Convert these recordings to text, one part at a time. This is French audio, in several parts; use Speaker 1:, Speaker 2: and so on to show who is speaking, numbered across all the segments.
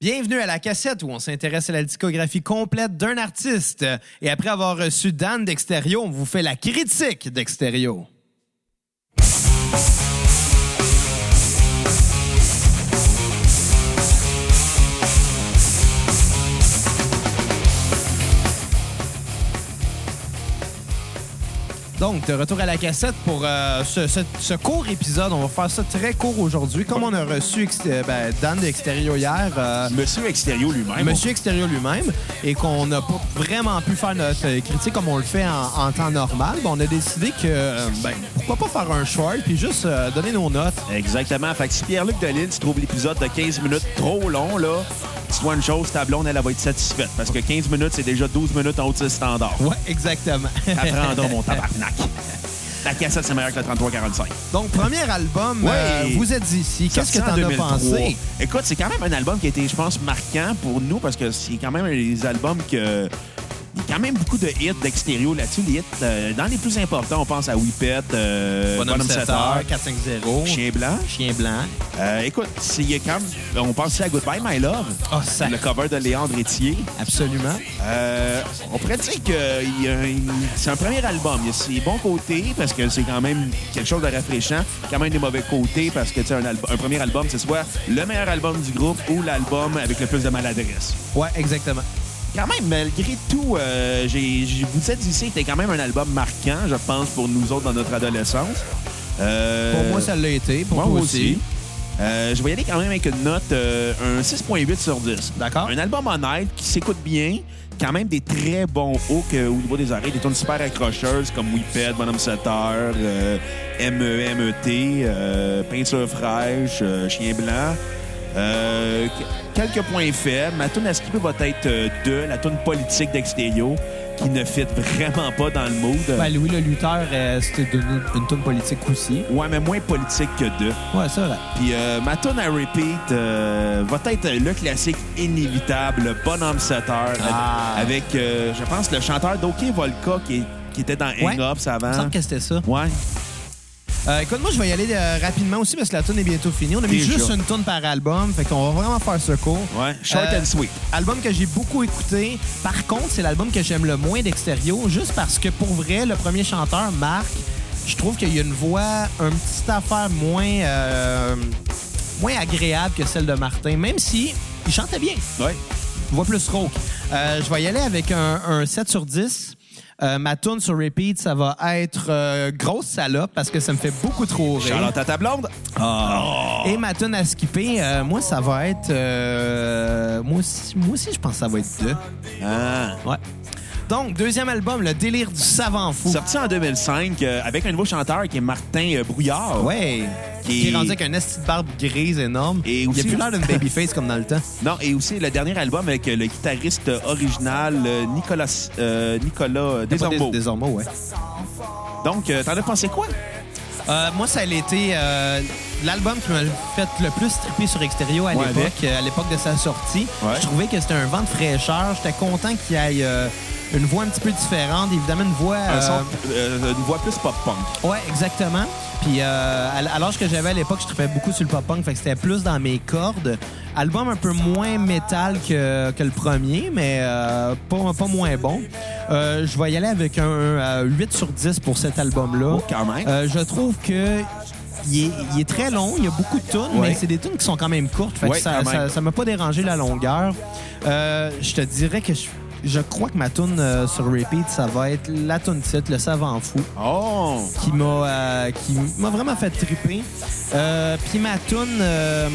Speaker 1: Bienvenue à la cassette où on s'intéresse à la discographie complète d'un artiste. Et après avoir reçu Dan d'Extérieur, on vous fait la critique d'Extérieur. Donc, de retour à la cassette pour euh, ce, ce- ce court épisode. On va faire ça très court aujourd'hui. Comme on a reçu ex- euh, ben, Dan d'Extérieur hier, euh,
Speaker 2: Monsieur Extérieur lui-même.
Speaker 1: Monsieur Extérieur lui-même, et qu'on n'a pas vraiment pu faire notre euh, critique comme on le fait en, en temps normal, ben, on a décidé que euh, ben, pourquoi pas faire un short puis juste euh, donner nos notes.
Speaker 2: Exactement. Fait que si Pierre-Luc Deline, tu trouves l'épisode de 15 minutes trop long, là, dis-toi une chose, ta blonde, elle, elle va être satisfaite. Parce que 15 minutes, c'est déjà 12 minutes en haut de ses standards.
Speaker 1: Ouais, exactement.
Speaker 2: Apprendons mon tabarnak. La cassette, c'est meilleur que le 3345.
Speaker 1: Donc, premier album,
Speaker 2: Ouais.
Speaker 1: euh, vous êtes ici. Qu'est-ce que
Speaker 2: Sorti en
Speaker 1: t'en as
Speaker 2: 2003.
Speaker 1: pensé?
Speaker 2: Écoute, c'est quand même un album qui a été, je pense, marquant pour nous parce que c'est quand même un des albums que. Il y a quand même beaucoup de hits d'extérieur là-dessus. Les hits, euh, dans les plus importants, on pense à Whippet, euh, Bonhomme 7 heures,
Speaker 1: 450.
Speaker 2: Chien Blanc.
Speaker 1: Chien blanc.
Speaker 2: Euh, écoute, c'est il y a quand même- on pense aussi à Goodbye My Love,
Speaker 1: Oh, ça.
Speaker 2: le cover de Léandre Etier.
Speaker 1: Absolument.
Speaker 2: Euh, on pourrait dire que il y a une- c'est un premier album. Il y a ses bons côtés parce que c'est quand même quelque chose de rafraîchant, quand même des mauvais côtés parce que tu sais, un, albu- un premier album, c'est soit le meilleur album du groupe ou l'album avec le plus de maladresse.
Speaker 1: Ouais, exactement.
Speaker 2: Quand même, malgré tout, euh, j'ai, j'ai- vous êtes ici, c'était quand même un album marquant, je pense, pour nous autres dans notre adolescence. Euh,
Speaker 1: Pour moi, ça l'a été. Pour
Speaker 2: moi
Speaker 1: toi
Speaker 2: aussi. Euh, je vais y aller quand même avec une note, euh, un 6.8 sur 10.
Speaker 1: D'accord.
Speaker 2: Un album honnête qui s'écoute bien, quand même des très bons hooks euh, au niveau des oreilles, des tunes super accrocheuses comme Whippet, Bonhomme 7 heures, euh, MEMET, E euh, Peinture fraîche, euh, Chien blanc. Euh, que- quelques points faibles. Ma tune à skipper va être euh, de la tune politique d'Extérieur qui ne fit vraiment pas dans le mood.
Speaker 1: Ben, Louis le Luther, euh, c'était une, une toune politique aussi.
Speaker 2: ouais, mais moins politique que deux.
Speaker 1: Ouais, ça, là.
Speaker 2: Puis euh, ma tune à repeat euh, va être le classique inévitable, le Bonhomme 7 heures,
Speaker 1: Ah.
Speaker 2: avec, euh, je pense, le chanteur d'Ok Volca qui, qui était dans
Speaker 1: Ouais.
Speaker 2: Hang Ups
Speaker 1: Il me
Speaker 2: avant.
Speaker 1: semble que c'était ça.
Speaker 2: Ouais.
Speaker 1: Euh, écoute, moi, je vais y aller euh, rapidement aussi parce que la toune est bientôt finie. On a mis
Speaker 2: Déjà.
Speaker 1: juste une toune par album. Fait qu'on va vraiment faire ce cours.
Speaker 2: Ouais. Short
Speaker 1: Euh,
Speaker 2: and sweet.
Speaker 1: Album que j'ai beaucoup écouté. Par contre, c'est l'album que j'aime le moins d'extérieur, juste parce que pour vrai, le premier chanteur, Marc, je trouve qu'il y a une voix, un petit affaire moins, euh, moins agréable que celle de Martin, même si il chantait bien.
Speaker 2: Ouais.
Speaker 1: Une voix plus rauque. Euh, je vais y aller avec un, un 7 sur 10. Euh, ma tune sur repeat, ça va être euh, grosse salope parce que ça me fait beaucoup trop rire.
Speaker 2: Charlotte à ta blonde.
Speaker 1: Et ma tune à skipper, euh, moi ça va être euh, moi aussi, moi aussi je pense que ça va être deux.
Speaker 2: Ah.
Speaker 1: Ouais. Donc, deuxième album, Le délire du savant fou.
Speaker 2: Sorti en 2005 euh, avec un nouveau chanteur qui est Martin euh, Brouillard.
Speaker 1: Ouais. Qui...
Speaker 2: Qui-
Speaker 1: est rendu avec un esti de barbe grise énorme.
Speaker 2: Et
Speaker 1: Il
Speaker 2: aussi-
Speaker 1: a plus l'air d'une babyface comme dans le temps.
Speaker 2: Non, et aussi le dernier album avec euh, le guitariste original euh, Nicolas, euh, Nicolas euh, Desormeaux.
Speaker 1: Des, des ormeaux, ouais.
Speaker 2: Donc, euh, t'en as pensé quoi?
Speaker 1: Euh, moi, ça a été euh, l'album qui m'a fait le plus triper sur Extérieur à
Speaker 2: Ouais,
Speaker 1: l'époque, euh, à l'époque de sa sortie.
Speaker 2: Ouais.
Speaker 1: Je trouvais que c'était un vent de fraîcheur. J'étais content qu'il y ait euh, une voix un petit peu différente. Évidemment, une voix...
Speaker 2: Un son,
Speaker 1: euh,
Speaker 2: euh, une voix plus pop-punk.
Speaker 1: Ouais, exactement. Puis euh, à l- à l'âge que j'avais à l'époque, je tripais beaucoup sur le pop-punk, fait que c'était plus dans mes cordes. Album un peu moins métal que, que le premier, mais euh, pas, pas moins bon. Euh, je vais y aller avec un, euh, 8 sur 10 pour cet album-là.
Speaker 2: Oh, quand même.
Speaker 1: Euh, je trouve que il est, il est très long, il y a beaucoup de tunes,
Speaker 2: Ouais.
Speaker 1: mais c'est des tunes qui sont quand même courtes, fait que
Speaker 2: Ouais,
Speaker 1: ça
Speaker 2: quand même.
Speaker 1: ça- ça m'a pas dérangé la longueur. Euh, je te dirais que je, je crois que ma tune euh, sur repeat, ça va être la tune titre, Le Savant Fou
Speaker 2: Oh!
Speaker 1: qui m'a euh, qui m'a vraiment fait triper. Euh, puis ma tune euh,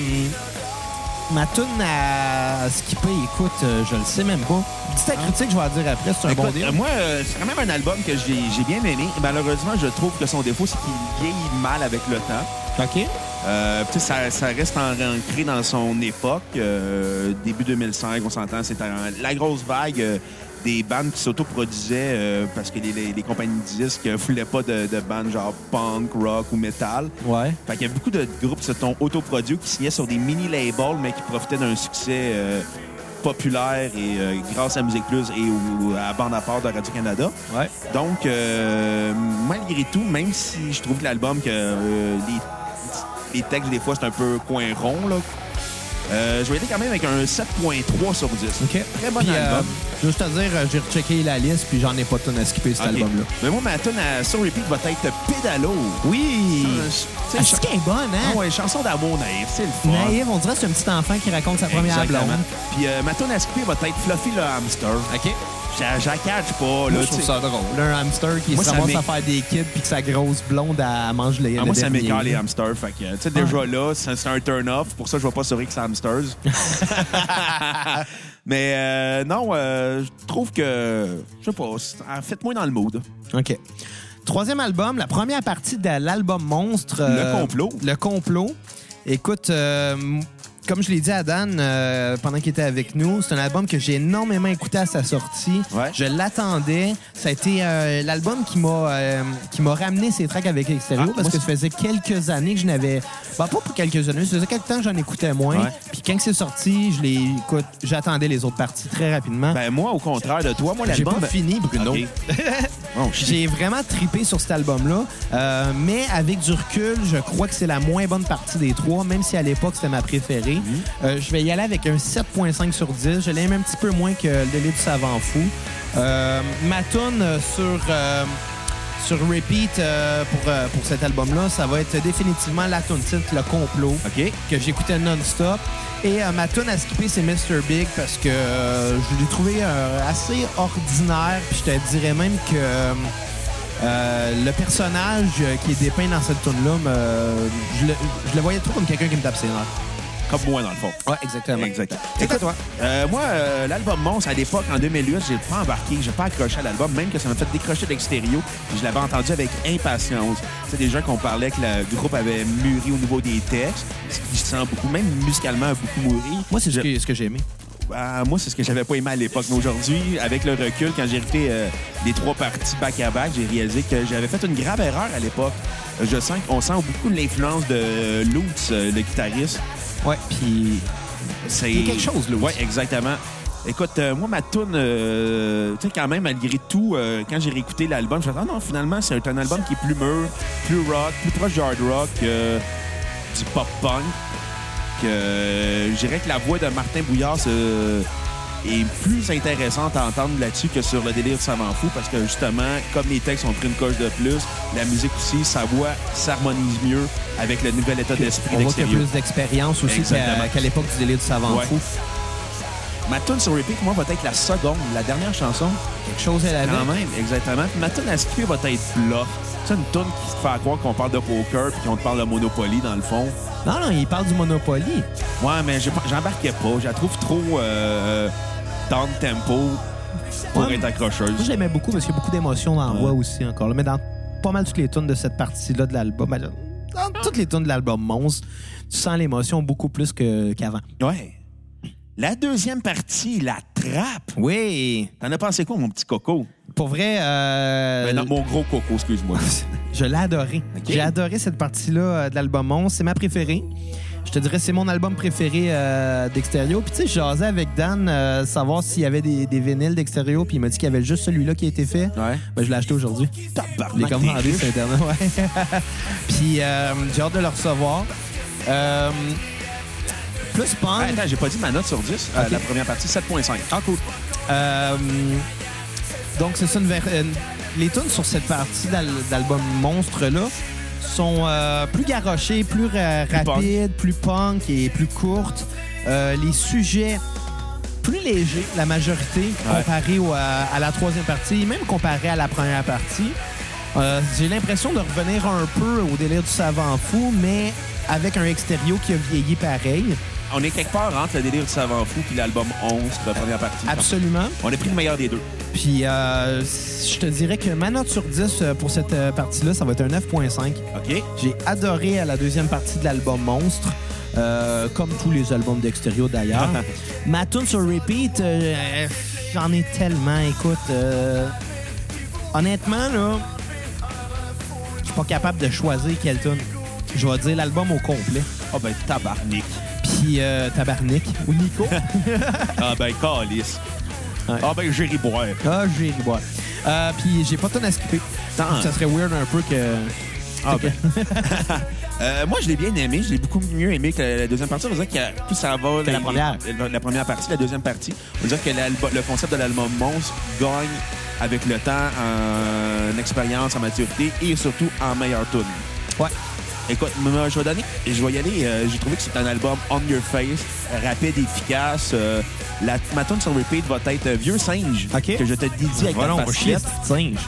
Speaker 1: ma tune à skipper, écoute, euh, je le sais même pas. Dis ta critique, je vais la dire après, c'est un bon
Speaker 2: Hein? Écoute,
Speaker 1: deal.
Speaker 2: euh, moi, euh, c'est quand même un album que j'ai j'ai bien aimé. Malheureusement, je trouve que son défaut, c'est qu'il vieillit mal avec le temps.
Speaker 1: OK.
Speaker 2: Euh, tu sais, ça, ça reste en- ancré dans son époque. Euh, début 2005, on s'entend, c'était en- la grosse vague euh, des bandes qui s'autoproduisaient euh, parce que les, les- les compagnies de disques ne foulaient pas de, de bandes genre punk, rock ou metal.
Speaker 1: Ouais.
Speaker 2: Fait qu'il y a beaucoup de groupes qui se sont autoproduits, qui signaient sur des mini-labels, mais qui profitaient d'un succès euh, populaire et euh, grâce à Musique Plus et au- à la bande à part de Radio-Canada.
Speaker 1: Ouais.
Speaker 2: Donc, euh, malgré tout, même si je trouve que l'album, que euh, les, les textes, des fois, c'est un peu coin rond, là, Euh, je vais aller quand même avec un 7.3 sur 10.
Speaker 1: OK.
Speaker 2: Très bon
Speaker 1: Puis, euh,
Speaker 2: album.
Speaker 1: juste à dire, euh, j'ai rechecké la liste, puis j'en ai pas tonne à skipper cet
Speaker 2: OK.
Speaker 1: album-là.
Speaker 2: Mais moi, ma tune à sur repeat va être Pédalo.
Speaker 1: Oui!
Speaker 2: Euh, ch- tu sais,
Speaker 1: C'est qu'elle est bonne, hein?
Speaker 2: Ah ouais, chanson d'amour naïf, c'est le fun.
Speaker 1: Naïve, on dirait que c'est un petit enfant qui raconte sa première
Speaker 2: Exactement.
Speaker 1: blonde.
Speaker 2: Puis euh, ma tune à skipper va être Fluffy le hamster.
Speaker 1: OK.
Speaker 2: J'a- J'en catch
Speaker 1: Moi,
Speaker 2: pas, là.
Speaker 1: je
Speaker 2: tu sais.
Speaker 1: trouve ça drôle. Là, Un hamster qui
Speaker 2: Moi,
Speaker 1: se
Speaker 2: ça
Speaker 1: ramasse
Speaker 2: m'é-
Speaker 1: à faire des kids puis que sa grosse blonde, elle mange les.
Speaker 2: Ah,
Speaker 1: le
Speaker 2: moi, ça
Speaker 1: dernier.
Speaker 2: m'écarte les hamsters. Fait que, tu sais, déjà
Speaker 1: Ah.
Speaker 2: là, c'est c'est un turn-off. Pour ça, je vais pas sauver que c'est hamsters. Mais euh, non, euh, je trouve que, je sais pas, c'est- ah, faites-moi dans le mood.
Speaker 1: OK. Troisième album, la première partie de l'album Monstre. euh,
Speaker 2: complot.
Speaker 1: Le complot. Écoute, euh, m- comme je l'ai dit à Dan euh, pendant qu'il était avec nous, c'est un album que j'ai énormément écouté à sa sortie.
Speaker 2: Ouais.
Speaker 1: Je l'attendais. Ça a été euh, l'album qui m'a euh, qui m'a ramené ses tracks avec l'extérieur
Speaker 2: Ah,
Speaker 1: parce
Speaker 2: moi,
Speaker 1: que ça faisait quelques années que je n'avais... bah pas pour quelques années, ça faisait quelques temps que j'en écoutais moins.
Speaker 2: Ouais.
Speaker 1: Puis quand que c'est sorti, je l'ai... Écoute, j'attendais les autres parties très rapidement.
Speaker 2: Ben, moi, au contraire de toi, moi,
Speaker 1: j'ai
Speaker 2: l'album. ben,
Speaker 1: pas fini, Bruno.
Speaker 2: Ok. Bon, je-
Speaker 1: J'ai vraiment tripé sur cet album-là, Euh, mais avec du recul, je crois que c'est la moins bonne partie des trois, même si à l'époque c'était ma préférée. Euh, je vais y aller avec un 7.5 sur 10. Je l'aime un petit peu moins que Le lit du savant fou. Euh, ma tune euh, sur euh, sur repeat euh, pour euh, pour cet album-là, ça va être définitivement la tune titre Le complot
Speaker 2: OK.
Speaker 1: que j'écoutais non-stop. Et euh, ma tune à skipper, c'est Mr. Big parce que euh, je l'ai trouvé euh, assez ordinaire. Puis je te dirais même que euh, le personnage euh, qui est dépeint dans cette tune-là, me- je, le, je le voyais trop comme quelqu'un qui me tape ses nerfs.
Speaker 2: Comme moi, dans le fond.
Speaker 1: Ouais, exactement.
Speaker 2: Exactement.
Speaker 1: C'est à toi.
Speaker 2: Euh, moi, euh, l'album Monstre, à l'époque, en 2008, j'ai pas embarqué, j'ai pas accroché à l'album, même que ça m'a fait décrocher de l'extérieur, puis je l'avais entendu avec impatience. C'est déjà qu'on parlait que le groupe avait mûri au niveau des textes, ce qui sent beaucoup, même musicalement, a beaucoup mûri.
Speaker 1: Moi, c'est ce
Speaker 2: Je-
Speaker 1: que, ce que j'ai aimé.
Speaker 2: Ah, moi, c'est ce que j'avais pas aimé à l'époque. Mais aujourd'hui, avec le recul, quand j'ai écouté euh, les trois parties back-à-back, j'ai réalisé que j'avais fait une grave erreur à l'époque. Je sens qu'on sent beaucoup l'influence de euh, Lutz, euh, le guitariste.
Speaker 1: Ouais, puis
Speaker 2: C'est
Speaker 1: Il y a quelque chose, là,
Speaker 2: Oui,
Speaker 1: aussi.
Speaker 2: exactement. Écoute, euh, moi, ma tune, euh, tu sais, quand même, malgré tout, euh, quand j'ai réécouté l'album, je me suis dit, ah non, finalement, c'est un album qui est plus mûr, plus rock, plus proche du hard rock, euh, du pop-punk. Que, euh, je dirais que la voix de Martin Bouillard euh, est plus intéressante à entendre là-dessus que sur le délire de Ça m'en fout, parce que justement, comme les textes ont pris une coche de plus, la musique aussi, sa voix s'harmonise mieux avec le nouvel état d'esprit
Speaker 1: on voit qu'il y a
Speaker 2: d'extérieur.
Speaker 1: plus d'expérience aussi qu'à
Speaker 2: Exactement.
Speaker 1: qu'à l'époque du délire du savant
Speaker 2: Ouais.
Speaker 1: fou.
Speaker 2: Ma tune sur repeat, moi, va être la seconde, la dernière chanson.
Speaker 1: Quelque chose à la
Speaker 2: Quand même, exactement. Puis ma tune à skipper va être là. C'est une tune qui te fait croire qu'on parle de poker puis qu'on te parle de Monopoly, dans le fond.
Speaker 1: Non, non, il parle du Monopoly.
Speaker 2: Ouais, mais j'ai pas- j'embarquais pas. Je la trouve trop euh, down tempo pour
Speaker 1: Ouais.
Speaker 2: être
Speaker 1: Moi, je
Speaker 2: accrocheuse.
Speaker 1: l'aimais beaucoup parce qu'il y a beaucoup d'émotions dans la voix aussi encore. là. Mais dans pas mal toutes les tunes de cette partie-là de l'album, ben, dans toutes les tunes de l'album Monstre, tu sens l'émotion beaucoup plus que- qu'avant.
Speaker 2: Ouais. La deuxième partie, la trappe.
Speaker 1: oui.
Speaker 2: T'en as pensé quoi, mon petit coco?
Speaker 1: Pour vrai, euh,
Speaker 2: Ben non, mon gros coco, excuse-moi.
Speaker 1: je l'ai adoré.
Speaker 2: Ok.
Speaker 1: J'ai adoré cette partie-là euh, de l'album Monstre. C'est ma préférée. Je te dirais, c'est mon album préféré euh, d'Extérieur. Puis tu sais, je jasais avec Dan, euh, savoir s'il y avait des, des vinyles d'Extérieur. Puis il m'a dit qu'il y avait juste celui-là qui a été fait.
Speaker 2: ouais.
Speaker 1: Ben, je l'ai acheté aujourd'hui. Je l'ai
Speaker 2: Tabarnak, t'es
Speaker 1: commandé
Speaker 2: riche.
Speaker 1: sur Internet, ouais. Puis euh, j'ai hâte de le recevoir. Euh, plus punk.
Speaker 2: Ah, Attends, j'ai pas dit ma note sur 10. Euh,
Speaker 1: Ok.
Speaker 2: la première partie, 7.5.
Speaker 1: Ah, cool. Euh, donc, c'est ça. Une ver- une- euh, les tunes sur cette partie d'al- d'album Monstre-là sont euh, plus garochées, plus ra-
Speaker 2: punk.
Speaker 1: rapides, plus punk et plus courtes. Euh, les sujets plus légers, la majorité, comparé au- euh, à, à la troisième partie, même comparé à la première partie. Euh, J'ai l'impression de revenir un peu au délire du savant fou, mais avec un extérieur qui a vieilli pareil.
Speaker 2: On est quelque part entre le délire du savant fou puis l'album 11, la première partie.
Speaker 1: Absolument.
Speaker 2: On a pris le meilleur des deux.
Speaker 1: Puis euh, je te dirais que ma note sur 10 euh, pour cette euh, partie-là, ça va être un 9.5.
Speaker 2: OK?
Speaker 1: J'ai adoré à la deuxième partie de l'album Monstre. euh, comme tous les albums d'extérieur d'ailleurs. Ma tune sur repeat, euh, euh, j'en ai tellement. Écoute, euh, honnêtement, là, je suis pas capable de choisir quelle tune. Je vais dire l'album au complet.
Speaker 2: Ah ben tabarnak.
Speaker 1: Puis euh, Tabarnak ou Nico.
Speaker 2: Ah ben calice.
Speaker 1: Ouais.
Speaker 2: Ah ben Jerry Boire.
Speaker 1: Ah, j'ai ri, ouais.
Speaker 2: Ah.
Speaker 1: Euh, Puis j'ai pas de tonne à skipper.
Speaker 2: Tant.
Speaker 1: Ça serait weird un peu que.
Speaker 2: Ah ben. Euh, moi, je l'ai bien aimé. Je l'ai beaucoup mieux aimé que la, la deuxième partie. On dirait qu'il y a plus ça va.
Speaker 1: Que la première.
Speaker 2: La, la première partie, la deuxième partie. On dirait que l'album- le concept de l'album Monstre gagne avec le temps en expérience, en maturité et surtout en meilleure tune.
Speaker 1: Ouais.
Speaker 2: Ah, Écoute, moi, je vais donner, je vais y aller. euh, J'ai trouvé que c'est un album on your face, rapide, efficace. Euh, la, ma tune sur repeat va être euh, Vieux singe,
Speaker 1: OK.
Speaker 2: que je te dédie avec
Speaker 1: Voilà,
Speaker 2: ta
Speaker 1: on va chier,
Speaker 2: bracelette.
Speaker 1: ce petit singe.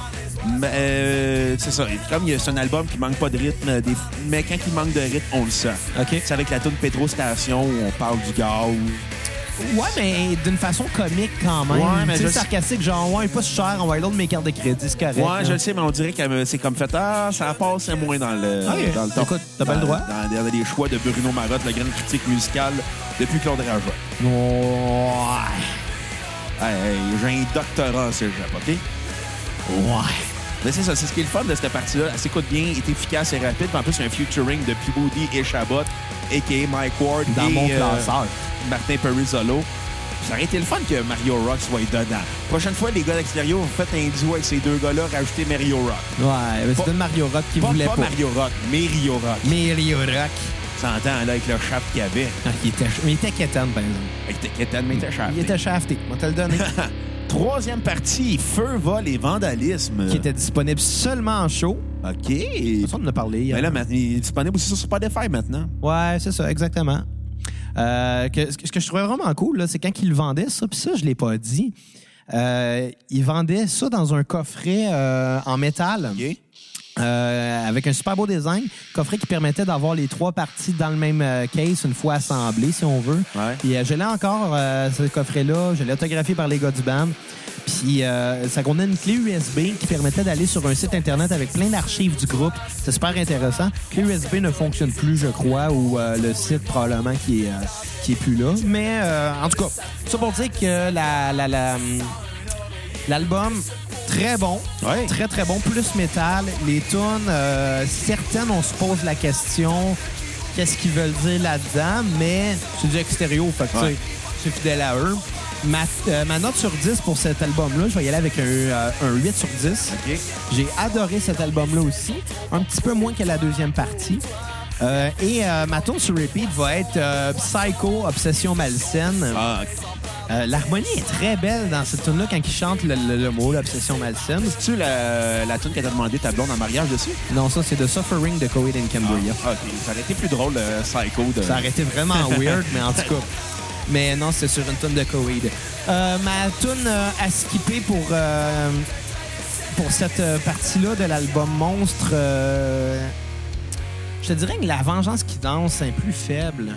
Speaker 2: Mais, euh, c'est ça. Comme il y a- c'est un album qui manque pas de rythme, euh, des- mais quand il manque de rythme, on le sent.
Speaker 1: OK.
Speaker 2: C'est avec la tune Petro Station où on parle du gaz.
Speaker 1: Ouais, mais d'une façon comique quand même.
Speaker 2: Ouais, mais
Speaker 1: Tu sais,
Speaker 2: je-
Speaker 1: sarcastique, genre, ouais, pas si cher, on va aller l'autre mes cartes de crédit, c'est correct.
Speaker 2: Ouais,
Speaker 1: là.
Speaker 2: je le sais, mais on dirait que euh, c'est comme fait, ah, ça passe moins dans le,
Speaker 1: Ok.
Speaker 2: dans le temps.
Speaker 1: Écoute, t'as pas le
Speaker 2: Dans-
Speaker 1: droit.
Speaker 2: Dans, dans les choix de Bruno Marotte, la grande critique musicale depuis Claude Rajoy.
Speaker 1: Ouais.
Speaker 2: Hey, j'ai un doctorat en cégep, OK?
Speaker 1: Ouais.
Speaker 2: Mais c'est ça, c'est ce qui est le fun de cette partie-là. Elle s'écoute bien, est efficace et rapide. Puis en plus, il y a un featuring de Peabody et Chabot, a.k.a. Mike Ward
Speaker 1: Dans
Speaker 2: et,
Speaker 1: mon
Speaker 2: euh,
Speaker 1: classeur.
Speaker 2: Martin Perizzolo. Ça aurait été le fun que Mario Rock soit dedans. Prochaine fois, les gars d'extérieur, vous faites un duo avec ces deux gars-là, rajoutez Mario Rock.
Speaker 1: Ouais, mais
Speaker 2: Pas-
Speaker 1: c'était le Mario Rock qui
Speaker 2: Pas,
Speaker 1: voulait
Speaker 2: pas
Speaker 1: pas.
Speaker 2: Mario Rock, Mario Rock.
Speaker 1: Mario Rock.
Speaker 2: S'entend, là, avec le chap qu'il avait.
Speaker 1: Ah, il était, ch- mais il était quétaine, par exemple.
Speaker 2: Avec tes quétaines, mais t'es chap.
Speaker 1: Il était shafté, on va te le donner.
Speaker 2: Troisième partie, feu, vol et vandalisme.
Speaker 1: qui était disponible seulement en show.
Speaker 2: OK.
Speaker 1: Ça, on en a parlé. hier.
Speaker 2: Mais Ben là, maintenant, il est disponible aussi sur Spotify maintenant.
Speaker 1: Ouais, c'est ça, exactement. Euh, que- ce que ce que je trouvais vraiment cool, là, c'est quand ils le vendaient, ça, puis ça, je l'ai pas dit. Euh, ils vendaient ça dans un coffret euh, en métal
Speaker 2: OK.
Speaker 1: euh, avec un super beau design. Coffret qui permettait d'avoir les trois parties dans le même euh, case une fois assemblées, si on veut.
Speaker 2: Ouais.
Speaker 1: Puis euh, je l'ai encore, euh, ce coffret-là. Je l'ai autographié par les gars du band. Puis euh, ça contenait une clé USB qui permettait d'aller sur un site Internet avec plein d'archives du groupe. C'est super intéressant. Clé USB ne fonctionne plus, je crois, ou euh, le site probablement qui est, euh, qui est plus là. Mais euh, en tout cas, ça pour dire que la- la- la, hum, L'album, très bon.
Speaker 2: Ouais.
Speaker 1: Très, très bon. Plus métal. Les tunes, euh, certaines, on se pose la question qu'est-ce qu'ils veulent dire là-dedans, mais c'est du extérieur, fait que tu
Speaker 2: Ouais.
Speaker 1: sais, c'est fidèle à eux. Ma, euh, ma note sur 10 pour cet album-là, je vais y aller avec un, euh, un 8 sur 10.
Speaker 2: OK.
Speaker 1: J'ai adoré cet album-là aussi, un petit peu moins que la deuxième partie. Euh, et euh, ma tune sur repeat va être euh, Psycho, Obsession malsaine.
Speaker 2: Ah,
Speaker 1: Euh, L'harmonie est très belle dans cette tune-là quand il chante le, le- le mot, l'obsession malsaine.
Speaker 2: tu la, la tune qu'elle t'a demandé ta blonde en mariage dessus?
Speaker 1: Non, ça, c'est The Suffering de Coed and Cambria.
Speaker 2: Ah, OK. Ça aurait été plus drôle, le Psycho. De...
Speaker 1: Ça aurait été vraiment weird, mais en tout cas. Mais non, c'est sur une tune de Coed. Euh, ma tune euh, à skipper pour, euh, pour cette euh, partie-là de l'album Monstre, euh, je te dirais que La Vengeance qui danse est plus faible.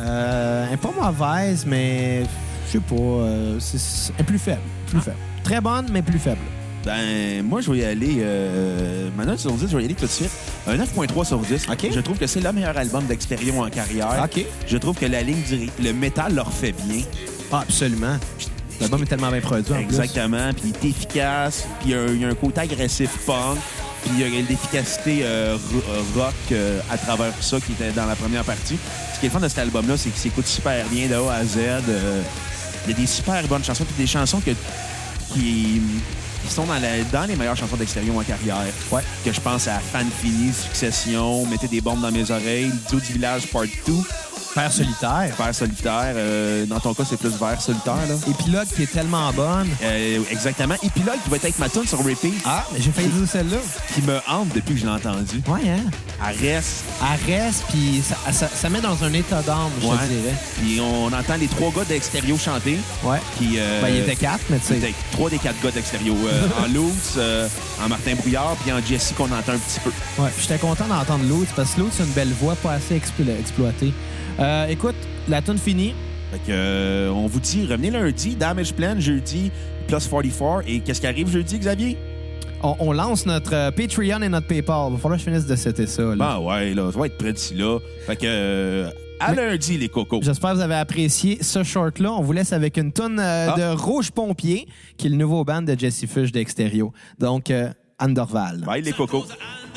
Speaker 1: Euh, elle est pas mauvaise, mais je sais pas. euh, c'est- c'est- elle est plus faible. Plus faible. Très bonne, mais plus faible.
Speaker 2: Ben, moi, je vais y aller. Euh, ma note sur 10, je vais y aller tout de suite. Un 9,3 sur 10.
Speaker 1: OK.
Speaker 2: Je trouve que c'est le meilleur album d'Expérion en carrière.
Speaker 1: OK.
Speaker 2: Je trouve que la ligne du le métal leur fait bien.
Speaker 1: Ah, absolument. L'album est tellement bien produit. en plus.
Speaker 2: Exactement. Puis il est efficace. Puis il y a- il y, a un côté agressif punk. Puis il y a l'efficacité euh, ro- euh, rock euh, à travers tout ça qui était dans la première partie. Ce qui est le fun de cet album-là, c'est qu'il s'écoute super bien de A à Z. euh, Il y a des super bonnes chansons. Puis des chansons que, qui, qui sont dans, la- dans les meilleures chansons d'extérieur en carrière.
Speaker 1: Ouais.
Speaker 2: Que je pense à Fan Fini, Succession, Mettez des bombes dans mes oreilles, Duo du village part 2,
Speaker 1: Père solitaire.
Speaker 2: Vers solitaire. euh, dans ton cas, c'est plus Vers solitaire. Là.
Speaker 1: Épilogue qui est tellement bonne.
Speaker 2: Euh, exactement. Épilogue qui va être avec ma tune sur repeat,
Speaker 1: Ah, mais j'ai failli dire celle-là.
Speaker 2: qui me hante depuis que je l'ai entendue.
Speaker 1: Ouais, hein?
Speaker 2: Elle reste.
Speaker 1: Elle reste, puis ça, ça- ça met dans un état d'âme, je
Speaker 2: ouais.
Speaker 1: te dirais.
Speaker 2: Puis on entend les trois gars d'extérieur chanter.
Speaker 1: Ouais.
Speaker 2: Puis, euh,
Speaker 1: Ben, il était quatre, mais tu
Speaker 2: il
Speaker 1: sais.
Speaker 2: était trois des quatre gars d'extérieur. Euh, en Loose, euh, en Martin Brouillard, puis en Jesse qu'on entend un petit peu.
Speaker 1: Ouais, puis j'étais content d'entendre l'autre, parce que l'autre, c'est une belle voix pas assez explo- exploitée. Euh, écoute, la tune finie.
Speaker 2: Fait que, euh, on vous dit, revenez lundi, Damage Plan, jeudi, plus 44. Et qu'est-ce qui arrive jeudi, Xavier?
Speaker 1: Mm. On, on lance notre euh, Patreon et notre PayPal. Il va falloir que je finisse de citer ça. là.
Speaker 2: Ben ouais, là, ça va être prêt d'ici là. Fait que, euh, à lundi, les cocos.
Speaker 1: J'espère que vous avez apprécié ce short-là. On vous laisse avec une tonne
Speaker 2: Ah.
Speaker 1: de Rouge Pompier, qui est le nouveau band de Jesse Fush d'Extérieur. Donc, euh, Anderval.
Speaker 2: Bye, les cocos.
Speaker 3: Rose à Anne,